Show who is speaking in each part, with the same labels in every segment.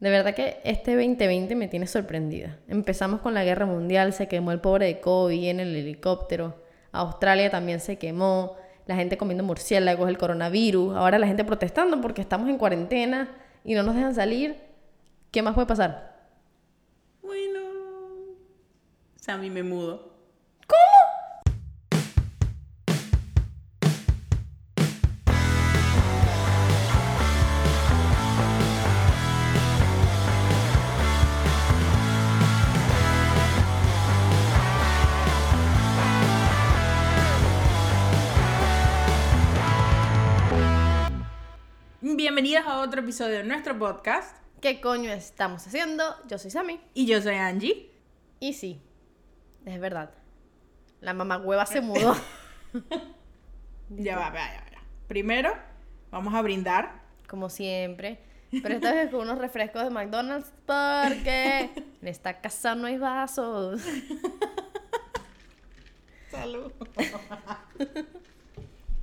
Speaker 1: De verdad que este 2020 me tiene sorprendida. Empezamos con la guerra mundial, se quemó el pobre de Kobe en el helicóptero. Australia también se quemó. La gente comiendo murciélagos, el coronavirus. Ahora la gente protestando porque estamos en cuarentena y no nos dejan salir. ¿Qué más puede pasar?
Speaker 2: Bueno. Sammy, me mudo. Bienvenidas a otro episodio de nuestro podcast.
Speaker 1: ¿Qué coño estamos haciendo? Yo soy Sammy.
Speaker 2: Y yo soy Angie.
Speaker 1: Y sí, es verdad. La mamá hueva se mudó.
Speaker 2: Ya va, ya va, ya va. Primero, vamos a brindar.
Speaker 1: como siempre. Pero esta vez con unos refrescos de McDonald's porque en esta casa no hay vasos.
Speaker 2: Salud.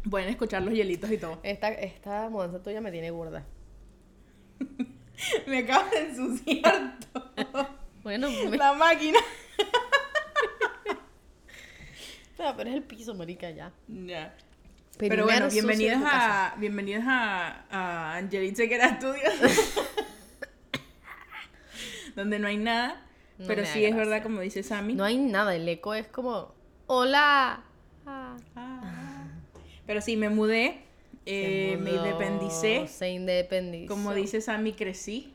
Speaker 2: Pueden escuchar los hielitos y todo.
Speaker 1: Esta, esta mudanza tuya me tiene gorda.
Speaker 2: Me acabo de ensuciar todo.
Speaker 1: Bueno, me-
Speaker 2: La máquina.
Speaker 1: no, pero es el piso, marica, ya.
Speaker 2: Ya.
Speaker 1: Primero
Speaker 2: Pero bueno,
Speaker 1: sucio
Speaker 2: bienvenidas
Speaker 1: en tu casa.
Speaker 2: a, bienvenidas a, a Angelita Sequera Studios. donde no hay nada.
Speaker 1: No
Speaker 2: pero
Speaker 1: me da
Speaker 2: sí es
Speaker 1: gracia.
Speaker 2: verdad, como dice Sammy.
Speaker 1: No hay nada, el eco es como... ¡Hola! Ah.
Speaker 2: Ah. Pero sí, me mudé. eh,
Speaker 1: Se
Speaker 2: me
Speaker 1: mudó,
Speaker 2: independicé.
Speaker 1: Se independizó.
Speaker 2: Como dice Sammy, crecí.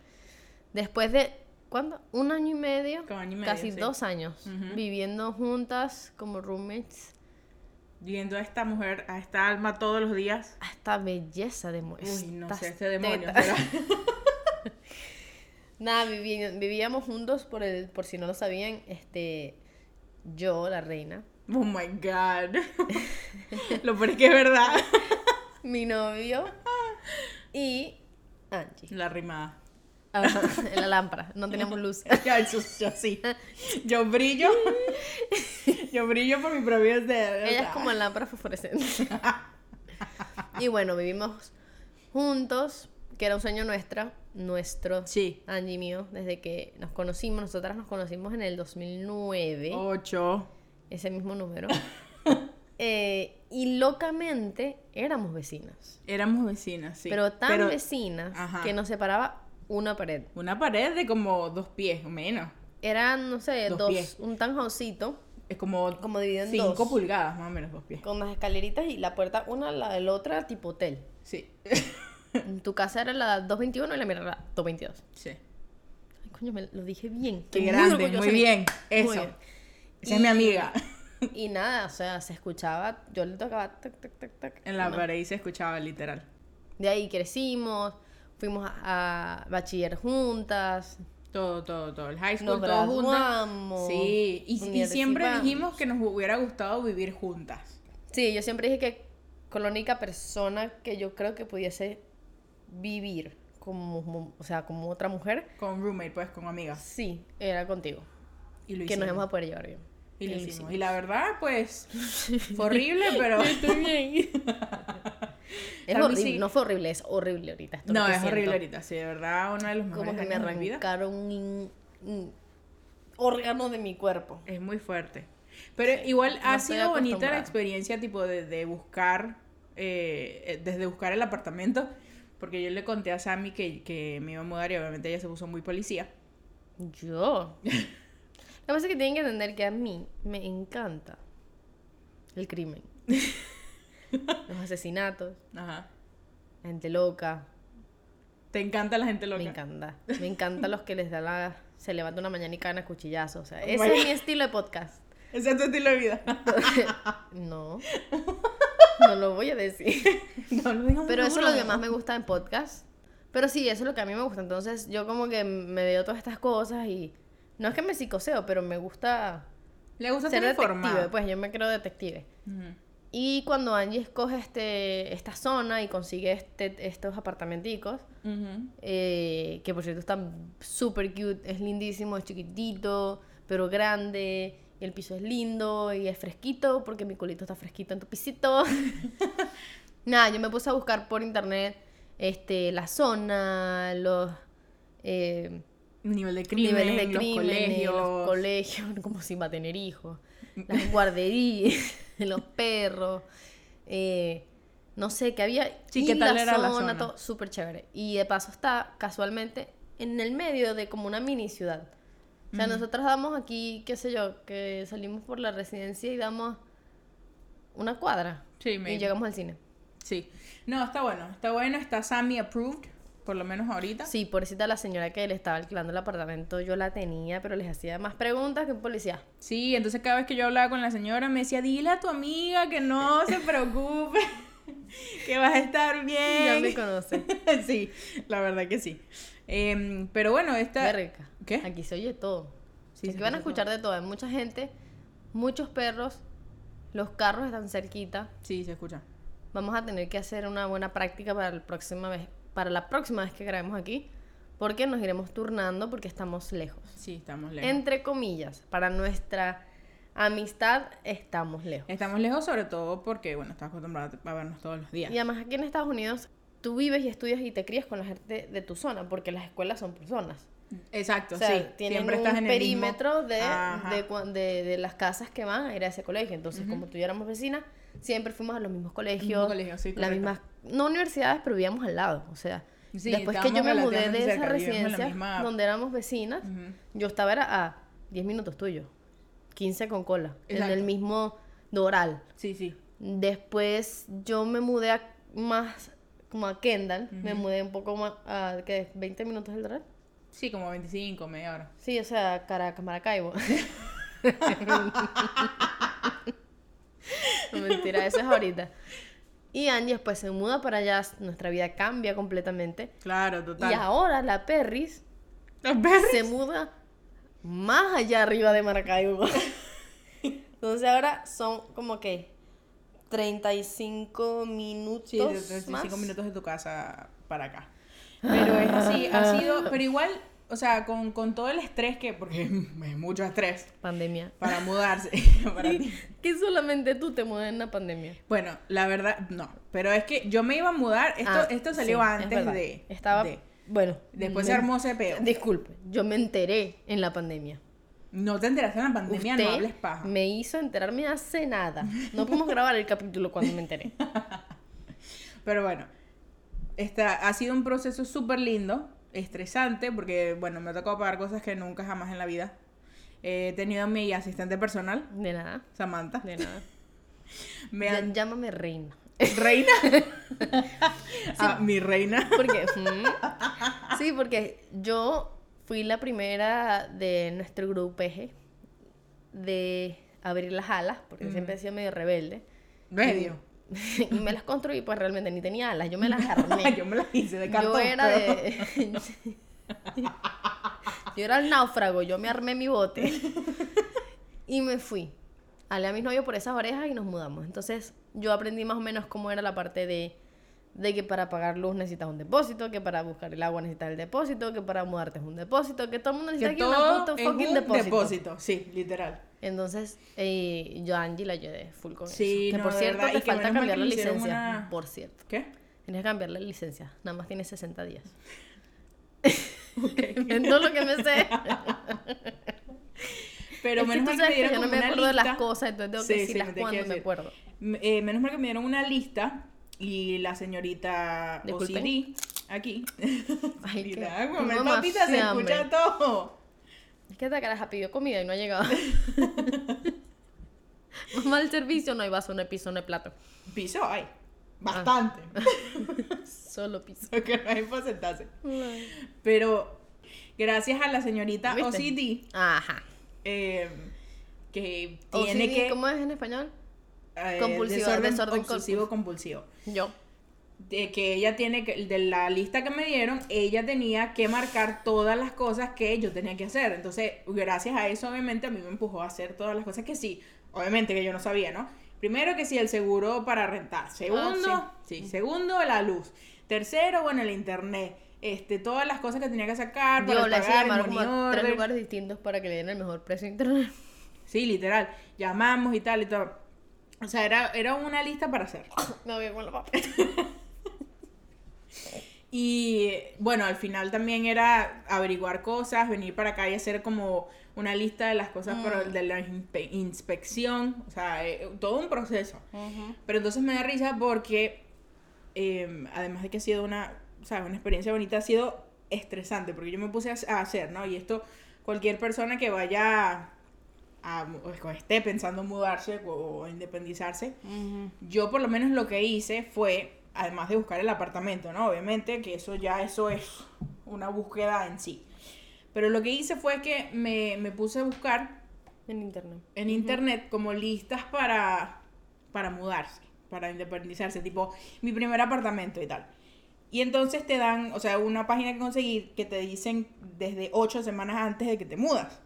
Speaker 1: Después de... ¿Cuándo? Un año y medio.
Speaker 2: Como año y medio,
Speaker 1: casi
Speaker 2: sí.
Speaker 1: dos años.
Speaker 2: Ujú.
Speaker 1: Viviendo juntas como roommates.
Speaker 2: Viendo a esta mujer, a esta alma todos los días.
Speaker 1: a esta belleza de mu-
Speaker 2: Uy, no
Speaker 1: estas
Speaker 2: sé, este demonio.
Speaker 1: tetas.
Speaker 2: pero-
Speaker 1: Nada, vivi- vivíamos juntos por el, por si no lo sabían, este, yo, la reina,
Speaker 2: Oh my god. Lo peor es que es verdad.
Speaker 1: mi novio y Angie.
Speaker 2: La rimada.
Speaker 1: Ajá, en la lámpara, Ah, no teníamos luz.
Speaker 2: Ya, eso es así. Yo brillo. Yo brillo por mi propio ser.
Speaker 1: Ella es como la lámpara fosforescente. Y bueno, vivimos juntos, que era un sueño nuestra, nuestro,
Speaker 2: Sí.
Speaker 1: Angie y mío, desde que nos conocimos. Nosotras nos conocimos en el 2009.
Speaker 2: Ocho.
Speaker 1: ese mismo número. Eh, y locamente éramos vecinas.
Speaker 2: Éramos vecinas, sí.
Speaker 1: Pero tan vecinas
Speaker 2: Ajá.
Speaker 1: que nos separaba una pared.
Speaker 2: Una pared de como dos pies o menos.
Speaker 1: Eran, no sé,
Speaker 2: Dos
Speaker 1: dos,
Speaker 2: pies.
Speaker 1: un tanjaucito
Speaker 2: Es como,
Speaker 1: Como dividido en
Speaker 2: cinco
Speaker 1: dos.
Speaker 2: pulgadas, más o menos dos pies.
Speaker 1: con las escaleritas y la puerta una a la del otra, tipo hotel.
Speaker 2: Sí.
Speaker 1: En tu casa era la 221 y la mía era la 222.
Speaker 2: sí.
Speaker 1: Ay, coño, me lo dije bien.
Speaker 2: Qué
Speaker 1: Estoy muy
Speaker 2: grande,
Speaker 1: orgullosa
Speaker 2: muy
Speaker 1: de mí.
Speaker 2: bien. Eso.
Speaker 1: Muy bien.
Speaker 2: Esa es mi
Speaker 1: Y-
Speaker 2: amiga.
Speaker 1: Y nada, o sea, se escuchaba, yo le tocaba tac, tac, tac, tac.
Speaker 2: En la
Speaker 1: No.
Speaker 2: pared se escuchaba literal.
Speaker 1: De ahí crecimos, fuimos a, a bachiller juntas,
Speaker 2: Todo, todo, todo. El high school,
Speaker 1: Nos
Speaker 2: todo juntas.
Speaker 1: graduamos,
Speaker 2: Sí. Y, y siempre
Speaker 1: universivamos.
Speaker 2: dijimos que nos hubiera gustado vivir juntas.
Speaker 1: Sí, yo siempre dije que con la única persona que yo creo que pudiese vivir como, como- o sea, como otra mujer,
Speaker 2: Con roommate, pues, con amigas.
Speaker 1: sí, era contigo.
Speaker 2: Y lo
Speaker 1: que nos
Speaker 2: hicimos.
Speaker 1: íbamos a poder llevar bien.
Speaker 2: Y
Speaker 1: Y lo
Speaker 2: lo hicimos.
Speaker 1: hicimos.
Speaker 2: Y la verdad, pues, fue horrible, pero...
Speaker 1: Es
Speaker 2: Claro,
Speaker 1: horrible,
Speaker 2: sí.
Speaker 1: no fue horrible, es horrible ahorita. esto
Speaker 2: No,
Speaker 1: que
Speaker 2: es
Speaker 1: siento.
Speaker 2: horrible ahorita, sí, de verdad, uno de los mejores
Speaker 1: Como que me
Speaker 2: años de mi vida.
Speaker 1: arrancaron un, un órgano de mi cuerpo.
Speaker 2: Es muy fuerte. Pero igual ha
Speaker 1: estoy
Speaker 2: sido bonita la
Speaker 1: acostumbrada.
Speaker 2: experiencia, tipo, de, de buscar, eh, eh, desde buscar el apartamento, porque yo le conté a Sammy que, que me iba a mudar y obviamente ella se puso muy policía.
Speaker 1: Yo. Lo que pasa es que tienen que entender que a mí me encanta el crimen. Los asesinatos,
Speaker 2: Ajá.
Speaker 1: la gente loca.
Speaker 2: Te encanta la gente loca.
Speaker 1: Me encanta. Me encanta los que les da la. Se levanta una mañana y caen a cuchillazos. O sea,
Speaker 2: Oh
Speaker 1: ese
Speaker 2: my
Speaker 1: es mi estilo de podcast.
Speaker 2: Ese es tu estilo de vida.
Speaker 1: No. No lo voy a decir.
Speaker 2: no lo digas
Speaker 1: Pero eso es
Speaker 2: duro.
Speaker 1: lo que más me gusta en podcast. Pero sí, eso es lo que a mí me gusta. Entonces, yo como que me veo todas estas cosas y. No es que me psicoseo, pero me gusta
Speaker 2: Le gusta
Speaker 1: ser
Speaker 2: ser
Speaker 1: detective.
Speaker 2: informada.
Speaker 1: Pues yo me creo detective.
Speaker 2: Ujú.
Speaker 1: Y cuando Angie escoge este, esta zona y consigue este, estos apartamenticos,
Speaker 2: Ujú.
Speaker 1: eh, que por cierto están súper cute, es lindísimo, es chiquitito, pero grande, y el piso es lindo y es fresquito, porque mi culito está fresquito en tu pisito. Nada, yo me puse a buscar por internet este, la zona, los eh,
Speaker 2: Nivel de crimen,
Speaker 1: niveles de
Speaker 2: los
Speaker 1: crimen,
Speaker 2: colegios. Mm.
Speaker 1: los colegios, como si va a tener hijos, las guarderías, los perros, eh, no sé, que había...
Speaker 2: Sí,
Speaker 1: y
Speaker 2: ¿qué tal era la zona?
Speaker 1: todo súper chévere. Y de paso está casualmente en el medio de como una mini ciudad. O
Speaker 2: Mm.
Speaker 1: sea, nosotros damos aquí, qué sé yo, que salimos por la residencia y damos una cuadra.
Speaker 2: Sí,
Speaker 1: y
Speaker 2: maybe.
Speaker 1: llegamos al cine.
Speaker 2: Sí. No, está bueno. Está bueno. Está Sammy approved, por lo menos ahorita.
Speaker 1: Sí, pobrecita la señora que le estaba alquilando el apartamento, yo la tenía, pero les hacía más preguntas que un policía.
Speaker 2: Sí, entonces cada vez que yo hablaba con la señora me decía, dile a tu amiga que no se preocupe, que vas a estar
Speaker 1: Ya me
Speaker 2: bien.
Speaker 1: conoce.
Speaker 2: sí, la verdad que sí. Em, pero bueno, esta...
Speaker 1: Verga.
Speaker 2: ¿Qué?
Speaker 1: Aquí se oye todo.
Speaker 2: Sí,
Speaker 1: Aquí
Speaker 2: se
Speaker 1: van a
Speaker 2: escucha
Speaker 1: escuchar de todo. Hay mucha gente, muchos perros, los carros están cerquita.
Speaker 2: Sí, se escucha.
Speaker 1: Vamos a tener que hacer una buena práctica para, el próxima vez, para la próxima vez que grabemos aquí, porque nos iremos turnando porque estamos lejos.
Speaker 2: Sí, estamos lejos.
Speaker 1: Entre comillas, para nuestra amistad estamos lejos.
Speaker 2: Estamos lejos sobre todo porque, bueno, estás acostumbrada a vernos todos los días.
Speaker 1: Y además aquí en Estados Unidos tú vives y estudias y te crías con la gente de tu zona, porque las escuelas son por zonas.
Speaker 2: Exacto,
Speaker 1: O sea,
Speaker 2: sí.
Speaker 1: tienen
Speaker 2: Siempre
Speaker 1: un
Speaker 2: estás en el mismo-
Speaker 1: perímetro de,
Speaker 2: Ajá.
Speaker 1: de, cua- de- de las casas que van a ir a ese colegio. Entonces, como tú y yo éramos vecinas, siempre fuimos a los mismos colegios,
Speaker 2: colegio, sí,
Speaker 1: las
Speaker 2: correcto.
Speaker 1: mismas, no universidades, pero vivíamos al lado. O sea,
Speaker 2: Sí,
Speaker 1: después que yo
Speaker 2: estábamos
Speaker 1: me mudé de
Speaker 2: relativamente
Speaker 1: esa
Speaker 2: cerca, vivíamos en la
Speaker 1: residencia
Speaker 2: misma-
Speaker 1: donde éramos vecinas,
Speaker 2: Ujú.
Speaker 1: yo estaba era a 10 minutos tuyo, 15 con cola, en
Speaker 2: Exacto.
Speaker 1: el mismo Doral.
Speaker 2: Sí, sí.
Speaker 1: Después yo me mudé a más como a Kendall, me mudé un poco más a ¿qué? 20 minutos del Doral.
Speaker 2: Sí, como 25, media hora.
Speaker 1: Sí, o sea, Caracas, Maracaibo. No, Mentira, eso es ahorita. Y Angie después se muda para allá, nuestra vida cambia completamente.
Speaker 2: Claro, total.
Speaker 1: Y ahora la Perris
Speaker 2: Los perros.
Speaker 1: se muda más allá arriba de Maracaibo. Entonces ahora son como que 35 minutos
Speaker 2: Sí, de 35
Speaker 1: más.
Speaker 2: minutos de tu casa para acá. Pero es así, ha sido, pero igual, o sea, con, con todo el estrés que, porque es mucho estrés
Speaker 1: Pandemia.
Speaker 2: para mudarse, para ti.
Speaker 1: Que solamente tú te mudas en la pandemia.
Speaker 2: Bueno, la verdad, no, pero es que yo me iba a mudar, esto,
Speaker 1: Ah,
Speaker 2: esto salió
Speaker 1: sí, es
Speaker 2: antes
Speaker 1: verdad.
Speaker 2: de...
Speaker 1: Estaba...
Speaker 2: de-
Speaker 1: Bueno.
Speaker 2: después se
Speaker 1: me-
Speaker 2: armó ese peo.
Speaker 1: Disculpe, yo me enteré en la pandemia.
Speaker 2: No te enteraste en la pandemia, no
Speaker 1: Usted
Speaker 2: hables paja.
Speaker 1: me hizo enterarme hace nada. No podemos grabar el capítulo cuando me enteré.
Speaker 2: Pero bueno, esta, ha sido un proceso súper lindo, estresante, porque, bueno, me ha tocado pagar cosas que nunca jamás en la vida. He tenido a mi asistente personal,
Speaker 1: De nada,
Speaker 2: Samantha.
Speaker 1: de nada.
Speaker 2: Me
Speaker 1: Ya-
Speaker 2: han-
Speaker 1: llámame reina.
Speaker 2: ¿Reina? Ah, mi reina.
Speaker 1: Porque, mm, sí, porque yo fui la primera de nuestro grupeje de abrir las alas, porque siempre he sido medio rebelde.
Speaker 2: Medio.
Speaker 1: y me las construí, pues realmente ni tenía alas, yo me las armé.
Speaker 2: Yo me la hice de cartón.
Speaker 1: Yo era
Speaker 2: pero-
Speaker 1: de. yo era el náufrago, yo me armé mi bote. Y me fui. Hablé a mis novios por esas orejas y nos mudamos. Entonces, yo aprendí más o menos cómo era la parte de, de que para pagar luz necesitas un depósito, que para buscar el agua necesitas el depósito, que para mudarte es un depósito, que todo el mundo
Speaker 2: Que
Speaker 1: necesita aquí una
Speaker 2: todo
Speaker 1: puta
Speaker 2: es un
Speaker 1: fucking
Speaker 2: depósito.
Speaker 1: depósito.
Speaker 2: Sí, literal.
Speaker 1: Entonces, eh, yo a Angie la ayudé full con
Speaker 2: Sí,
Speaker 1: eso. Que
Speaker 2: no,
Speaker 1: por
Speaker 2: de
Speaker 1: cierto,
Speaker 2: verdad, y
Speaker 1: te
Speaker 2: que
Speaker 1: falta
Speaker 2: menos mal que
Speaker 1: cambiar la
Speaker 2: le hicieron
Speaker 1: licencia.
Speaker 2: una-
Speaker 1: Por cierto.
Speaker 2: ¿Qué?
Speaker 1: Tienes que cambiar la licencia. Nada más tiene 60 días. en todo lo que me sé.
Speaker 2: Pero
Speaker 1: Es que
Speaker 2: menos
Speaker 1: tú
Speaker 2: mal que
Speaker 1: sabes
Speaker 2: me
Speaker 1: que
Speaker 2: dieron
Speaker 1: yo no
Speaker 2: como
Speaker 1: me
Speaker 2: una
Speaker 1: acuerdo de las
Speaker 2: lista.
Speaker 1: cosas, entonces tengo que decirlas
Speaker 2: no te
Speaker 1: cuando
Speaker 2: quiero
Speaker 1: me
Speaker 2: decir.
Speaker 1: acuerdo.
Speaker 2: M- eh, menos mal que me dieron una lista y la señorita
Speaker 1: Disculpen.
Speaker 2: OCD aquí.
Speaker 1: Ay, qué-
Speaker 2: Mira,
Speaker 1: tengo
Speaker 2: mamá, papita, se
Speaker 1: demasiada
Speaker 2: escucha
Speaker 1: hambre.
Speaker 2: todo.
Speaker 1: Es que esta caraja pidió comida y no ha llegado. Mal servicio, no hay vaso, no hay piso, no hay plato.
Speaker 2: Piso
Speaker 1: Ah.
Speaker 2: hay. Bastante.
Speaker 1: Solo piso.
Speaker 2: que no hay para sentarse. Pero gracias a la señorita
Speaker 1: ¿Viste?
Speaker 2: OCD,
Speaker 1: Ajá.
Speaker 2: eh, que tiene
Speaker 1: OCD,
Speaker 2: que...
Speaker 1: ¿Cómo es en español?
Speaker 2: eh,
Speaker 1: Compulsivo, desorden
Speaker 2: obsesivo compulsivo.
Speaker 1: Yo.
Speaker 2: De que ella tiene que, de la lista que me dieron, ella tenía que marcar todas las cosas que yo tenía que hacer. Entonces, gracias a eso, obviamente, a mí me empujó a hacer todas las cosas que sí, obviamente que yo no sabía, ¿no? Primero que sí, el seguro para rentar.
Speaker 1: Ah,
Speaker 2: Segundo, sí. segundo, la luz. Tercero, bueno, el internet. Este, todas las cosas que tenía que sacar para
Speaker 1: Yo le hice
Speaker 2: pagar, el
Speaker 1: llamar como
Speaker 2: money
Speaker 1: a tres
Speaker 2: order.
Speaker 1: lugares distintos para que le den el mejor precio de internet.
Speaker 2: Sí, literal. Llamamos y tal y todo. O sea, era, era una lista para hacer.
Speaker 1: Me voy con la papa.
Speaker 2: Y bueno, al final también era averiguar cosas, venir para acá y hacer como una lista de las cosas para- de la inspe- inspección, o sea, eh, todo un proceso.
Speaker 3: Ujú.
Speaker 2: Pero entonces me da risa porque, eh, además de que ha sido una, ¿sabes? una experiencia bonita, ha sido estresante, porque yo me puse a, a hacer, ¿no? Y esto, cualquier persona que vaya a, o esté pensando en mudarse o, o independizarse,
Speaker 3: Ujú.
Speaker 2: yo por lo menos lo que hice fue, además de buscar el apartamento, ¿no? Obviamente que eso ya, eso es una búsqueda en sí. Pero lo que hice fue que me, me puse a buscar
Speaker 1: En internet.
Speaker 2: en internet como listas para, para mudarse, para independizarse, tipo mi primer apartamento y tal. Y entonces te dan, o sea, una página que conseguir que te dicen desde ocho semanas antes de que te mudas.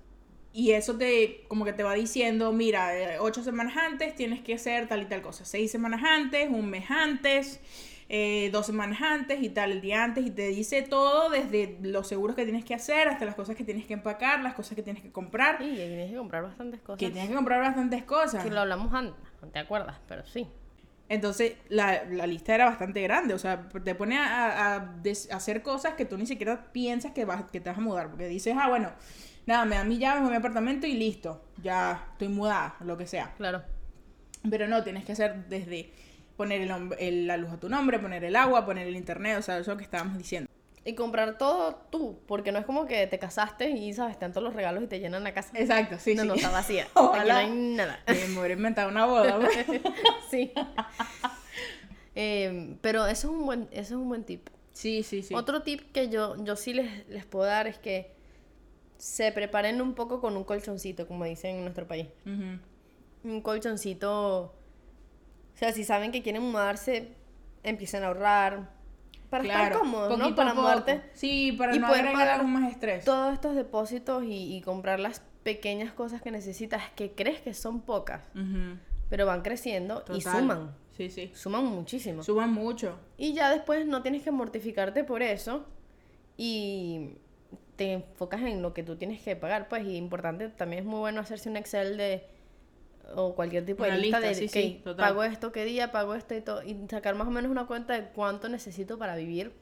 Speaker 2: Y eso te, como que te va diciendo, mira, eh, ocho semanas antes tienes que hacer tal y tal cosa. Seis semanas antes, un mes antes, eh, dos semanas antes y tal, el día antes. Y te dice todo desde los seguros que tienes que hacer hasta las cosas que tienes que empacar, las cosas que tienes que comprar.
Speaker 1: Y ahí tienes que comprar bastantes cosas.
Speaker 2: Que tienes que comprar bastantes cosas.
Speaker 1: Que lo hablamos antes, no te acuerdas, pero sí.
Speaker 2: Entonces, la, la lista era bastante grande. O sea, te pone a, a- a des- a hacer cosas que tú ni siquiera piensas que, vas, que te vas a mudar. Porque dices, ah, bueno, nada, me dan mis llaves, voy a mi apartamento y listo. Ya estoy mudada, lo que sea.
Speaker 1: Claro.
Speaker 2: Pero no, tienes que hacer desde poner el, hom- el- la luz a tu nombre, poner el agua, poner el internet, o sea, eso que estábamos diciendo.
Speaker 1: Y comprar todo tú, porque no es como que te casaste y sabes, tanto los regalos y te llenan la casa.
Speaker 2: Exacto, sí,
Speaker 1: no,
Speaker 2: sí.
Speaker 1: no, está vacía.
Speaker 2: Ojalá.
Speaker 1: Aquí no hay nada.
Speaker 2: Me hubiera inventado una boda, pues. güey.
Speaker 1: sí. Eh, pero eso es un buen, eso es un buen tip.
Speaker 2: Sí, sí, sí.
Speaker 1: Otro tip que yo, yo sí les, les puedo dar es que se preparen un poco con un colchoncito, como dicen en nuestro país.
Speaker 2: Ujú.
Speaker 1: un colchoncito. O sea, si saben que quieren mudarse, empiecen a ahorrar. Para estar
Speaker 2: Claro,
Speaker 1: cómodos,
Speaker 2: poquito
Speaker 1: ¿no?
Speaker 2: a
Speaker 1: Para
Speaker 2: poco.
Speaker 1: mudarte.
Speaker 2: Sí, para
Speaker 1: y
Speaker 2: no
Speaker 1: poder
Speaker 2: agregar
Speaker 1: pagar
Speaker 2: más estrés.
Speaker 1: Todos estos depósitos y, y comprar las pequeñas cosas que necesitas, que crees que son pocas,
Speaker 2: Ujú.
Speaker 1: pero van creciendo y
Speaker 2: Total.
Speaker 1: suman.
Speaker 2: Sí, sí.
Speaker 1: Suman muchísimo.
Speaker 2: Suban mucho.
Speaker 1: y ya después no tienes que mortificarte por eso y te enfocas en lo que tú tienes que pagar, pues, y importante, también es muy bueno hacerse un Excel de o cualquier tipo de
Speaker 2: Una
Speaker 1: lista,
Speaker 2: lista,
Speaker 1: de
Speaker 2: sí,
Speaker 1: que
Speaker 2: sí, total.
Speaker 1: pago esto qué día, pago esto y todo, y sacar más o menos una cuenta de cuánto necesito para vivir,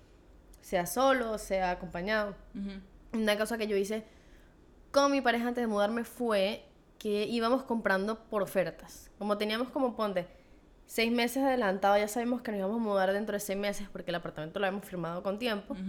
Speaker 1: sea solo, sea acompañado.
Speaker 2: Ujú.
Speaker 1: Una cosa que yo hice con mi pareja antes de mudarme fue que íbamos comprando por ofertas. Como teníamos como, ponte, seis meses adelantado, ya sabemos que nos íbamos a mudar dentro de seis meses porque el apartamento lo habíamos firmado con tiempo.
Speaker 2: Ujú.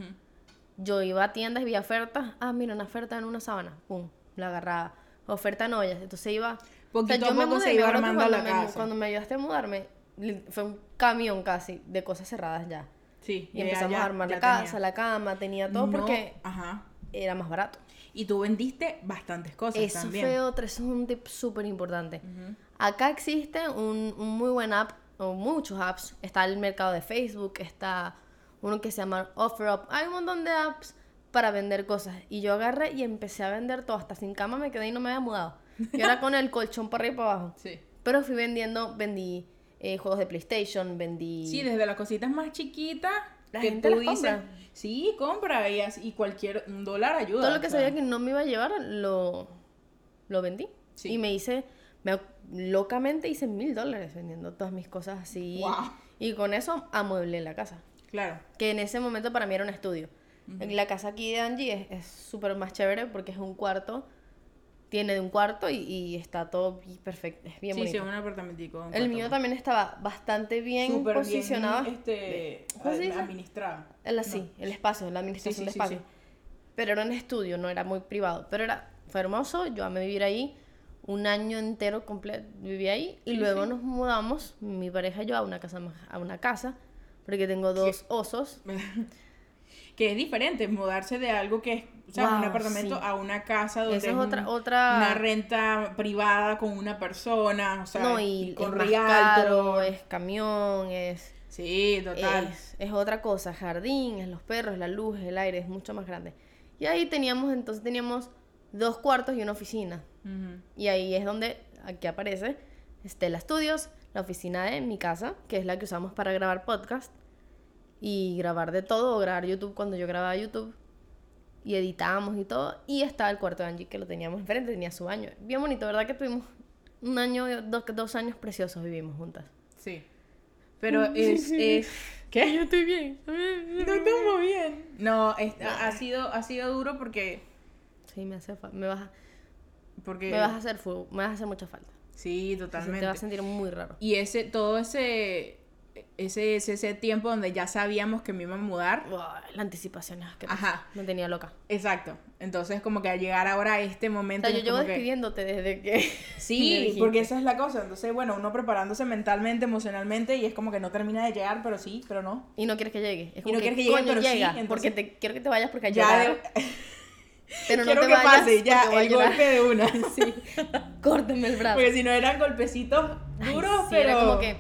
Speaker 1: Yo iba a tiendas y vi ofertas. Ah, mira, una oferta en una sábana. Pum, la agarraba. Oferta en ollas. Entonces iba...
Speaker 2: Poquito a
Speaker 1: yo me
Speaker 2: poco se
Speaker 1: mudé, me
Speaker 2: iba
Speaker 1: acuerdo que
Speaker 2: armando
Speaker 1: cuando
Speaker 2: la
Speaker 1: me-
Speaker 2: casa.
Speaker 1: Cuando me ayudaste a mudarme, li- fue un camión casi de cosas cerradas ya.
Speaker 2: Sí.
Speaker 1: Y
Speaker 2: ya-
Speaker 1: empezamos
Speaker 2: ya-
Speaker 1: a armar
Speaker 2: ya
Speaker 1: la casa,
Speaker 2: tenía.
Speaker 1: la cama, tenía todo
Speaker 2: No,
Speaker 1: porque
Speaker 2: Ajá.
Speaker 1: era más barato.
Speaker 2: Y tú vendiste bastantes cosas
Speaker 1: Eso
Speaker 2: también.
Speaker 1: fue otro, eso es un tip súper importante.
Speaker 2: Ujú.
Speaker 1: Acá existe un, un muy buen app, o muchos apps. Está el mercado de Facebook, está uno que se llama OfferUp. Hay un montón de apps para vender cosas. Y yo agarré y empecé a vender todo. Hasta sin cama me quedé y no me había mudado. Y ahora con el colchón para arriba y para abajo.
Speaker 2: Sí.
Speaker 1: Pero fui vendiendo, vendí eh, juegos de PlayStation, vendí...
Speaker 2: Sí, desde las cositas más chiquitas
Speaker 1: La
Speaker 2: que
Speaker 1: gente
Speaker 2: tú
Speaker 1: las
Speaker 2: dices.
Speaker 1: compra.
Speaker 2: Sí, compra y, así- y cualquier un dólar ayuda.
Speaker 1: todo lo que
Speaker 2: o sea.
Speaker 1: sabía que no me iba a llevar lo, lo vendí.
Speaker 2: Sí.
Speaker 1: Y me hice, me, ac- locamente hice mil dólares vendiendo todas mis cosas así.
Speaker 2: Guau.
Speaker 1: Y con eso amueblé la casa,
Speaker 2: Claro.
Speaker 1: que en ese momento para mí era un estudio. La casa aquí de Angie es- es súper más chévere porque es un cuarto, tiene de un cuarto y, y está todo bi- perfecto, es bien
Speaker 2: sí, sí,
Speaker 1: bonito.
Speaker 2: un apartamentico. un
Speaker 1: El
Speaker 2: cuarto.
Speaker 1: mío también estaba bastante bien
Speaker 2: Súper bien,
Speaker 1: posicionado.
Speaker 2: este,
Speaker 1: ¿Cómo se dice?
Speaker 2: administrado.
Speaker 1: El así, Eh, el espacio, la administración
Speaker 2: Sí, sí,
Speaker 1: de
Speaker 2: sí,
Speaker 1: espacio. Pero era un estudio, no era muy privado. Pero era, fue hermoso, yo amé vivir ahí. Un año entero completo viví ahí. Y
Speaker 2: Sí,
Speaker 1: luego
Speaker 2: sí.
Speaker 1: nos mudamos, mi pareja y yo, a una casa más, a una casa. Porque tengo dos osos.
Speaker 2: que es diferente mudarse de algo que es o sea, un
Speaker 1: Wow,
Speaker 2: apartamento
Speaker 1: sí.
Speaker 2: a una casa donde
Speaker 1: Eso es
Speaker 2: un-
Speaker 1: otra- otra-
Speaker 2: Ah, una renta privada con una persona o sea
Speaker 1: no, y,
Speaker 2: con
Speaker 1: es más
Speaker 2: realtor.
Speaker 1: caro, es camión, es,
Speaker 2: sí total
Speaker 1: es, es otra cosa. Jardín, es los perros, la luz, el aire, es mucho más grande. Y ahí teníamos, entonces teníamos dos cuartos y una oficina.
Speaker 2: Ujú.
Speaker 1: Y ahí es donde aquí aparece Stella Studios, la oficina de mi casa, que es la que usamos para grabar podcast y grabar de todo, o grabar YouTube cuando yo grababa YouTube. Y editábamos y todo. Y estaba el cuarto de Angie que lo teníamos enfrente, tenía su baño. Bien bonito, ¿verdad? Que tuvimos un año, dos, dos años preciosos vivimos juntas.
Speaker 2: sí Pero es, es
Speaker 1: ¿Qué? Yo estoy bien.
Speaker 2: No estamos bien. No, es- ha, ha sido, ha sido duro porque.
Speaker 1: Sí, me hace falta. Me, vas a-
Speaker 2: porque
Speaker 1: me vas a hacer fu- me vas a hacer mucha falta. Sí,
Speaker 2: Sí,
Speaker 1: Te vas a
Speaker 2: totalmente.
Speaker 1: sentir muy raro.
Speaker 2: Y ese, todo ese, ese, ese, ese tiempo donde ya sabíamos que me iba a mudar.
Speaker 1: Buah, la anticipación es que
Speaker 2: Ajá.
Speaker 1: me tenía loca.
Speaker 2: Exacto. Entonces, como que al llegar ahora a este
Speaker 1: O
Speaker 2: momento.
Speaker 1: sea, yo
Speaker 2: es
Speaker 1: llevo
Speaker 2: como que-
Speaker 1: despidiéndote desde que. me
Speaker 2: Sí,
Speaker 1: dijiste.
Speaker 2: porque esa es la cosa. Entonces, bueno, uno preparándose mentalmente, emocionalmente, y es como que no termina de llegar, pero sí, pero no.
Speaker 1: Y no quieres que llegue. Es
Speaker 2: Y
Speaker 1: como
Speaker 2: no
Speaker 1: que,
Speaker 2: quieres que llegue,
Speaker 1: coño,
Speaker 2: pero sí,
Speaker 1: llega.
Speaker 2: entonces-
Speaker 1: Porque te, quiero que te vayas porque
Speaker 2: Ya,
Speaker 1: ya.
Speaker 2: de-
Speaker 1: Pero no
Speaker 2: quiero
Speaker 1: te
Speaker 2: que
Speaker 1: vayas
Speaker 2: pase ya
Speaker 1: porque voy a
Speaker 2: el
Speaker 1: llorar.
Speaker 2: golpe de una.
Speaker 1: Sí. Córtame el brazo.
Speaker 2: Porque si no eran golpecitos
Speaker 1: Ay,
Speaker 2: duros,
Speaker 1: sí,
Speaker 2: pero.
Speaker 1: era como que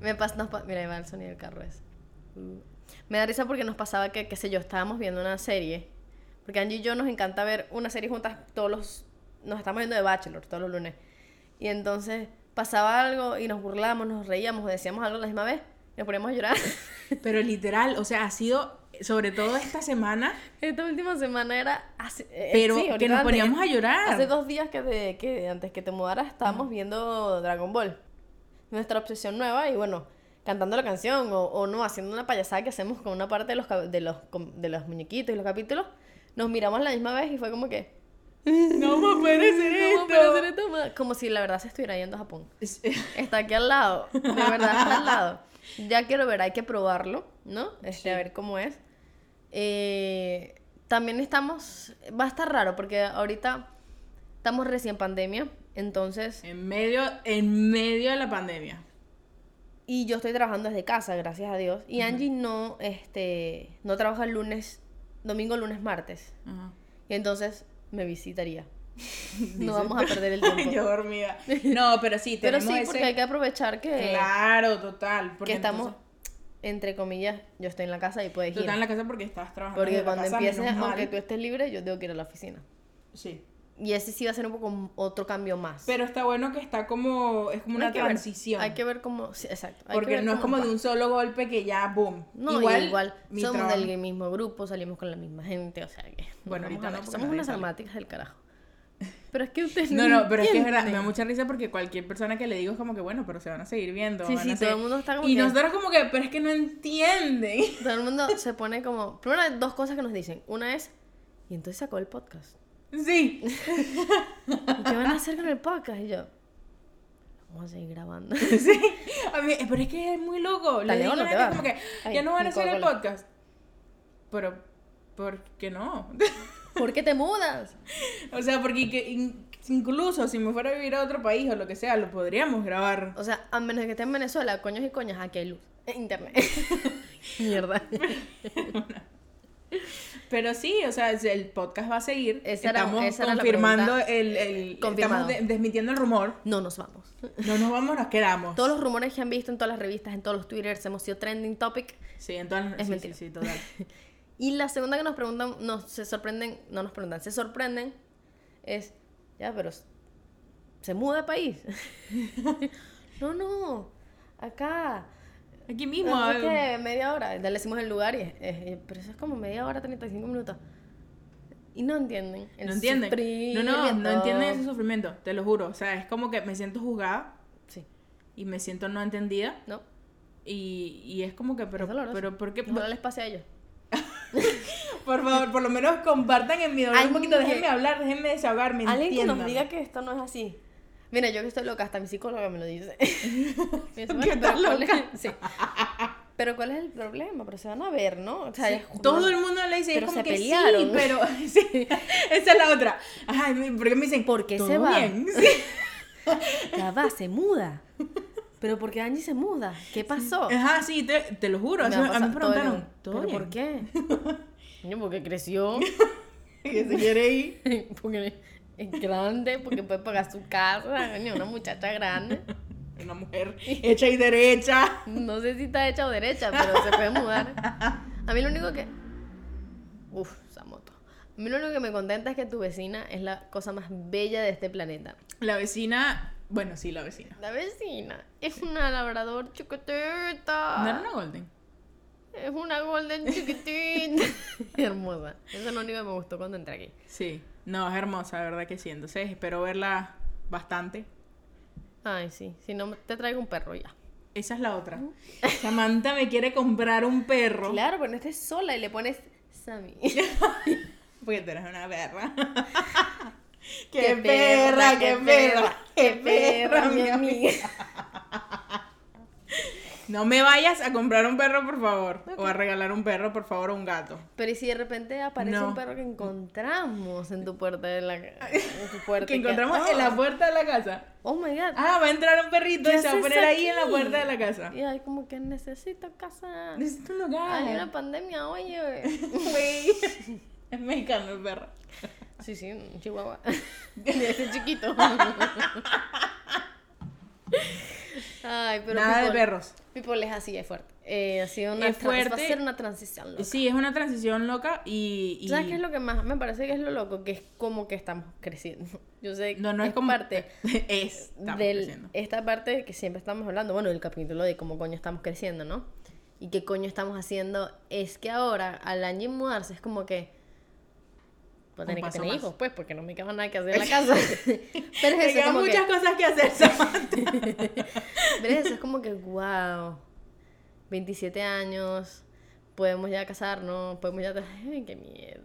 Speaker 1: me pas- nos pa- mira, ahí va el sonido del carro ese. Mm. Me da risa porque nos pasaba que, qué sé yo, estábamos viendo una serie. Porque Angie y yo nos encanta ver una serie juntas todos los... Nos estamos viendo de Bachelor todos los lunes. Y entonces pasaba algo y nos burlábamos, nos reíamos, o decíamos algo la misma vez. y Nos poníamos a llorar.
Speaker 2: Pero literal, o sea, ha sido, sobre todo esta semana,
Speaker 1: Esta última semana era así. eh,
Speaker 2: pero
Speaker 1: sí,
Speaker 2: que
Speaker 1: ahorita
Speaker 2: nos
Speaker 1: antes-
Speaker 2: poníamos a llorar.
Speaker 1: Hace dos días que, te- que antes que te mudaras estábamos viendo Dragon Ball. Nuestra obsesión nueva y bueno, cantando la canción o, o no, haciendo una payasada que hacemos con una parte de los, ca- de los, com- de los muñequitos y los capítulos. Nos miramos la misma vez y fue como que...
Speaker 2: No me puede ser
Speaker 1: "¿Cómo
Speaker 2: esto.
Speaker 1: puede ser esto, ma-?" Como si la verdad se estuviera yendo a Japón.
Speaker 2: Es-
Speaker 1: Está aquí al lado, de verdad está al lado. Ya quiero ver, hay que probarlo, ¿no? Este, a ver cómo es. Eh, también estamos, va a estar raro porque ahorita estamos recién pandemia, entonces,
Speaker 2: En medio, en medio de la pandemia.
Speaker 1: y yo estoy trabajando desde casa, gracias a Dios, y Angie no, este, no trabaja el lunes, domingo, lunes, martes,
Speaker 2: Ajá.
Speaker 1: y entonces me visitaría. No vamos a perder el tiempo.
Speaker 2: Yo dormida. No, pero sí,
Speaker 1: Pero
Speaker 2: tenemos
Speaker 1: sí, porque hay
Speaker 2: ese...
Speaker 1: que aprovechar que,
Speaker 2: Claro, total. Porque
Speaker 1: que estamos,
Speaker 2: entonces-
Speaker 1: entre comillas, yo estoy en la casa y puedes ir.
Speaker 2: Total en la casa porque estabas trabajando.
Speaker 1: Porque
Speaker 2: desde la
Speaker 1: cuando
Speaker 2: casa,
Speaker 1: empieces,
Speaker 2: menos mal.
Speaker 1: aunque tú estés libre, yo tengo que ir a la oficina.
Speaker 2: Sí.
Speaker 1: Y ese sí va a ser un poco un- otro cambio más.
Speaker 2: Pero está bueno que está como... Es como
Speaker 1: Hay
Speaker 2: una
Speaker 1: que ver,
Speaker 2: transición.
Speaker 1: hay que ver cómo... sí, exacto. hay que
Speaker 2: Porque
Speaker 1: ver
Speaker 2: no es
Speaker 1: cómo
Speaker 2: como de
Speaker 1: va.
Speaker 2: un solo golpe que ya, boom.
Speaker 1: No, igual, igual
Speaker 2: mi
Speaker 1: somos
Speaker 2: trabajo-
Speaker 1: del mismo grupo, salimos con la misma gente, o sea que... nos
Speaker 2: Bueno,
Speaker 1: vamos
Speaker 2: ahorita
Speaker 1: a
Speaker 2: no,
Speaker 1: ver.
Speaker 2: porque
Speaker 1: Somos
Speaker 2: nadie
Speaker 1: unas
Speaker 2: sale.
Speaker 1: dramáticas del carajo. Pero es que ustedes
Speaker 2: No, no, pero es que es verdad, me da
Speaker 1: entienden.
Speaker 2: mucha risa porque cualquier persona que le digo es como que, bueno, pero se van a seguir viendo.
Speaker 1: Sí,
Speaker 2: van a
Speaker 1: sí, todo
Speaker 2: seguir-
Speaker 1: el mundo está como
Speaker 2: Y
Speaker 1: que-
Speaker 2: nosotros como que, pero es que no entienden.
Speaker 1: Todo el mundo se pone como... Primero, hay dos cosas que nos dicen. Una es... Y entonces sacó el podcast.
Speaker 2: Sí.
Speaker 1: ¿Y qué van a hacer con el podcast? Y yo... Vamos a seguir grabando.
Speaker 2: sí. A mí- eh, pero es que es muy loco. Le
Speaker 1: Dale,
Speaker 2: digo a
Speaker 1: no
Speaker 2: la
Speaker 1: te
Speaker 2: gente
Speaker 1: vas.
Speaker 2: como que,
Speaker 1: Ay,
Speaker 2: ya no van a
Speaker 1: mi
Speaker 2: hacer el
Speaker 1: Coca-Cola.
Speaker 2: podcast. Pero, ¿por qué no?
Speaker 1: ¿Por qué te mudas?
Speaker 2: o sea, porque que- in- incluso si me fuera a vivir a otro país o lo que sea, lo podríamos grabar.
Speaker 1: O sea, a menos que esté en Venezuela, coños y coñas, aquí hay luz. Eh, Internet. Mierda.
Speaker 2: Pero sí, o sea, es- el podcast va a seguir.
Speaker 1: Esa era-
Speaker 2: estamos
Speaker 1: esa era la
Speaker 2: confirmando
Speaker 1: pregunta.
Speaker 2: el, el-
Speaker 1: Confirmado.
Speaker 2: Estamos de- desmintiendo el rumor.
Speaker 1: No nos vamos.
Speaker 2: No nos vamos, nos quedamos.
Speaker 1: Todos los rumores que han visto en todas las revistas, en todos los twitters, hemos sido trending topic.
Speaker 2: Sí, entonces.
Speaker 1: Es
Speaker 2: sí,
Speaker 1: mentira.
Speaker 2: Sí, sí, total.
Speaker 1: Y la segunda que nos preguntan, nos se sorprenden, no nos preguntan, se sorprenden, es, ya, pero s- se muda de país. no, no, acá.
Speaker 2: Aquí
Speaker 1: No
Speaker 2: mismo.
Speaker 1: sé
Speaker 2: a-
Speaker 1: qué, media hora. Le decimos el lugar y es, es- es- pero eso es como media hora, 35 minutos. Y no entienden. el
Speaker 2: no entienden. No, no, no
Speaker 1: sufrimiento.
Speaker 2: entienden ese sufrimiento, te lo juro. O sea, es como que me siento juzgada
Speaker 1: Sí,
Speaker 2: y me siento no entendida.
Speaker 1: no.
Speaker 2: Y, y es como que, pero,
Speaker 1: Es doloroso.
Speaker 2: pero ¿por qué?
Speaker 1: No les pase a ellos.
Speaker 2: Por favor, por lo menos compartan en mi dolor un
Speaker 1: Alguien
Speaker 2: poquito.
Speaker 1: que-
Speaker 2: Déjenme hablar, déjenme desahogarme.
Speaker 1: Alguien que nos
Speaker 2: entiéndanme.
Speaker 1: diga que esto no es así. Mira, yo que estoy loca, hasta mi psicóloga me lo dice. Me dice,
Speaker 2: ¿Tú
Speaker 1: "Bueno,
Speaker 2: que estás
Speaker 1: pero ¿cuál es-"
Speaker 2: loca?
Speaker 1: sí. Pero ¿cuál es el problema? Pero se van a ver, ¿no? O sea,
Speaker 2: Sí,
Speaker 1: es-
Speaker 2: todo el mundo le dice,
Speaker 1: Pero
Speaker 2: es como
Speaker 1: se
Speaker 2: que sí,
Speaker 1: pelearon.
Speaker 2: pero sí, esa es la otra. Ajá, ¿por qué me dicen?
Speaker 1: ¿Por qué
Speaker 2: ¿todo
Speaker 1: se va?
Speaker 2: bien? Sí.
Speaker 1: Ya va, se muda. Pero porque Angie se muda? ¿Qué pasó?
Speaker 2: Ajá, sí, te, te lo juro. o
Speaker 1: Me
Speaker 2: sea,
Speaker 1: va
Speaker 2: a mí
Speaker 1: pasar
Speaker 2: me
Speaker 1: todo el-
Speaker 2: preguntaron, ¿todo
Speaker 1: ¿Pero
Speaker 2: bien?
Speaker 1: por qué? Coño, porque creció,
Speaker 2: Que se quiere ir.
Speaker 1: porque es grande, porque puede pagar su casa, coño, una muchacha grande.
Speaker 2: Una mujer hecha y derecha.
Speaker 1: No sé si está hecha o derecha, pero se puede mudar. A mí lo único que... Uf, esa moto. A mí lo único que me contenta es que tu vecina es la cosa más bella de este planeta.
Speaker 2: La vecina, bueno, sí, la vecina.
Speaker 1: La vecina es una labrador chiquitita.
Speaker 2: No era una Golden.
Speaker 1: Es una golden chiquitita. Hermosa. Eso es lo único que me gustó cuando entré aquí.
Speaker 2: Sí, no, es hermosa, la verdad que sí. Entonces espero verla bastante.
Speaker 1: Ay, sí. Si no, te traigo un perro ya.
Speaker 2: Esa es la otra. Samantha me quiere comprar un perro.
Speaker 1: Claro, pero no estés sola y le pones Sammy.
Speaker 2: Porque tú eres una perra.
Speaker 1: ¡Qué perra, qué perra, qué perra, mi amiga!
Speaker 2: No me vayas a comprar un perro, por favor. O a regalar un perro, por favor, o un gato.
Speaker 1: Pero y si de repente aparece
Speaker 2: No.
Speaker 1: un perro que encontramos en tu puerta de la ca- en tu puerta
Speaker 2: Que
Speaker 1: y
Speaker 2: encontramos
Speaker 1: oh,
Speaker 2: en la puerta de la casa.
Speaker 1: Oh my god.
Speaker 2: Ah, va a entrar un perrito
Speaker 1: ¿Qué
Speaker 2: y se va a
Speaker 1: haces
Speaker 2: poner ahí en la
Speaker 1: aquí?
Speaker 2: puerta de la casa.
Speaker 1: Y hay como que necesito casa.
Speaker 2: Necesito un lugar.
Speaker 1: Hay una pandemia, oye.
Speaker 2: Güey. Es mexicano el perro.
Speaker 1: Sí, sí, un chihuahua. Desde chiquito. Ay, pero
Speaker 2: Nada de
Speaker 1: people-
Speaker 2: perros.
Speaker 1: people es así, es fuerte. Eh, ha sido una
Speaker 2: Es
Speaker 1: tra- Va
Speaker 2: fuerte.
Speaker 1: a ser una transición. loca.
Speaker 2: Sí, es una transición loca y. y-
Speaker 1: ¿Sabes qué es lo que más me parece que es lo loco? Que es como que estamos creciendo. Yo sé que
Speaker 2: No, no es, como.
Speaker 1: parte
Speaker 2: Es. Estamos
Speaker 1: de
Speaker 2: creciendo.
Speaker 1: esta parte que siempre estamos hablando, bueno, el capítulo de cómo coño estamos creciendo, ¿no? Y qué coño estamos haciendo, es que ahora, al año y mudarse, es como que voy a
Speaker 2: Un
Speaker 1: tener que
Speaker 2: paso
Speaker 1: tener
Speaker 2: más.
Speaker 1: hijos, pues, porque no me queda nada que hacer en la casa. Pero
Speaker 2: Te
Speaker 1: es eso,
Speaker 2: quedan
Speaker 1: como que-
Speaker 2: muchas cosas que hacer, Samantha.
Speaker 1: pero es eso, es como que, wow, 27 años, podemos ya casarnos, podemos ya... Ay, qué miedo.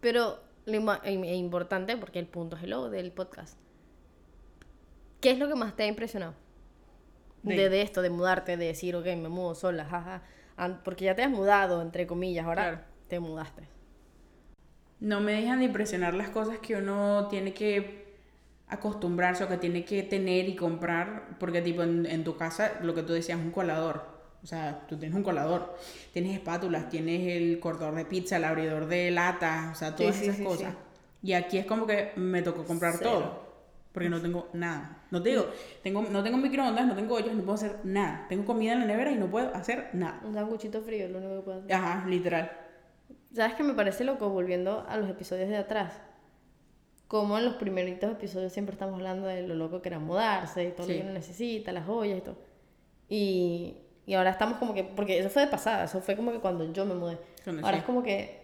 Speaker 1: Pero lo ima- im- e importante, porque el punto es el logo del podcast. ¿Qué es lo que más te ha impresionado?
Speaker 2: De-
Speaker 1: De, de esto, de mudarte, de decir, ok, me mudo sola, jaja. An- Porque ya te has mudado, entre comillas, ahora
Speaker 2: Claro.
Speaker 1: te mudaste.
Speaker 2: No me dejan de impresionar las cosas que uno tiene que acostumbrarse o que tiene que tener y comprar, porque tipo en, en tu casa lo que tú decías un colador. O sea, tú tienes un colador, tienes espátulas, tienes el cortador de pizza, el abridor de lata, o sea, todas
Speaker 1: sí,
Speaker 2: esas
Speaker 1: sí,
Speaker 2: cosas.
Speaker 1: sí.
Speaker 2: Y aquí es como que me tocó comprar
Speaker 1: Cero.
Speaker 2: todo, porque no tengo nada. No te digo, tengo, no tengo microondas, no tengo ollas, no puedo hacer nada. Tengo comida en la nevera y no puedo hacer nada.
Speaker 1: Un sanguchito frío, lo único que puedo hacer.
Speaker 2: Ajá, literal.
Speaker 1: ¿Sabes qué me parece loco? Volviendo a los episodios de atrás. Como en los primeritos episodios siempre estamos hablando de lo loco que era mudarse y todo
Speaker 2: Sí.
Speaker 1: lo que uno necesita, las joyas y todo. Y, y ahora estamos como que. Porque eso fue de pasada, eso fue como que cuando yo me mudé.
Speaker 2: Cuando
Speaker 1: ahora
Speaker 2: sí.
Speaker 1: es como que.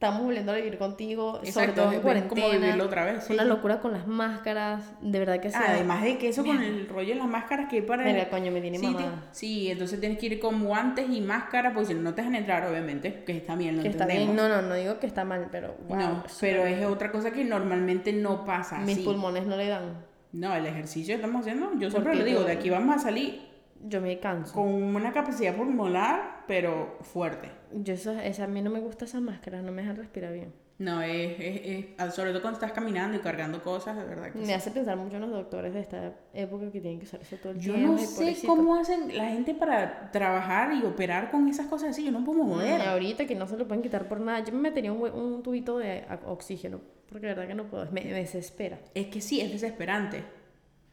Speaker 1: Estamos volviendo a vivir contigo, sobre
Speaker 2: Exacto,
Speaker 1: todo
Speaker 2: es
Speaker 1: en
Speaker 2: como
Speaker 1: cuarentena.
Speaker 2: vivirlo otra vez, sí,
Speaker 1: Una
Speaker 2: sí.
Speaker 1: locura con las máscaras, de verdad que sí.
Speaker 2: Ah, además de que eso con el rollo de las máscaras que hay para...
Speaker 1: Verga, coño, me tiene
Speaker 2: sí,
Speaker 1: mamada.
Speaker 2: ti- Sí, entonces tienes que ir con guantes y máscara, porque si no, no te dejan entrar, obviamente, que está bien, lo
Speaker 1: que está bien.
Speaker 2: entendemos.
Speaker 1: No, no, no digo que está mal, pero wow.
Speaker 2: No, pero es otra cosa que normalmente no pasa
Speaker 1: mis
Speaker 2: así.
Speaker 1: pulmones no le dan.
Speaker 2: No, el ejercicio que estamos haciendo, yo siempre
Speaker 1: Porque
Speaker 2: lo digo,
Speaker 1: yo-
Speaker 2: de aquí vamos a salir
Speaker 1: Yo me canso.
Speaker 2: con una capacidad pulmonar, pero fuerte.
Speaker 1: Yo eso, esa, a mí no me gusta esa máscara, no me deja respirar bien.
Speaker 2: No, es, es, es- sobre todo cuando estás caminando y cargando cosas, de verdad que
Speaker 1: Me
Speaker 2: sí.
Speaker 1: hace pensar mucho en los doctores de esta época que tienen que usar eso todo el
Speaker 2: Yo
Speaker 1: tiempo.
Speaker 2: no
Speaker 1: ay,
Speaker 2: sé
Speaker 1: pobrecito.
Speaker 2: cómo hacen la gente para trabajar y operar con esas cosas así, yo no puedo mover.
Speaker 1: Ay, ahorita que no se lo pueden quitar por nada. Yo me metería un, hue- un tubito de a- oxígeno, porque de verdad que no puedo, me, me desespera.
Speaker 2: Es que sí, es desesperante.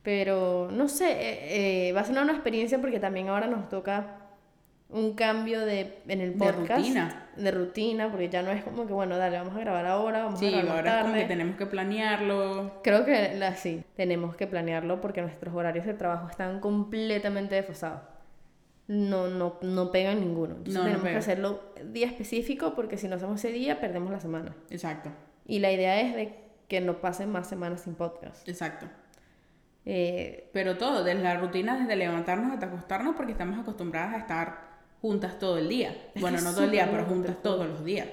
Speaker 1: Pero no sé, eh, eh, va a ser una nueva experiencia porque también ahora nos toca un cambio de, en el
Speaker 2: De
Speaker 1: podcast.
Speaker 2: rutina.
Speaker 1: De rutina, porque ya no es como que, bueno, dale, vamos a grabar ahora, vamos a
Speaker 2: Sí,
Speaker 1: grabar más
Speaker 2: ahora es como
Speaker 1: tarde.
Speaker 2: que tenemos que planearlo.
Speaker 1: Creo que la, sí, tenemos que planearlo porque nuestros horarios de trabajo están completamente desfasados. No, no, no pegan ninguno. Entonces
Speaker 2: No, no
Speaker 1: tenemos que
Speaker 2: pega.
Speaker 1: hacerlo día específico porque si no hacemos ese día, perdemos la semana.
Speaker 2: Exacto,
Speaker 1: Y la idea es de que no pasen más semanas sin podcast.
Speaker 2: exacto.
Speaker 1: Eh,
Speaker 2: Pero todo, desde la rutina, desde levantarnos hasta acostarnos, porque estamos acostumbradas a estar juntas todo el día.
Speaker 1: que
Speaker 2: bueno,
Speaker 1: es
Speaker 2: no todo el día,
Speaker 1: súper
Speaker 2: pero
Speaker 1: loco,
Speaker 2: juntas
Speaker 1: te juro.
Speaker 2: todos los días.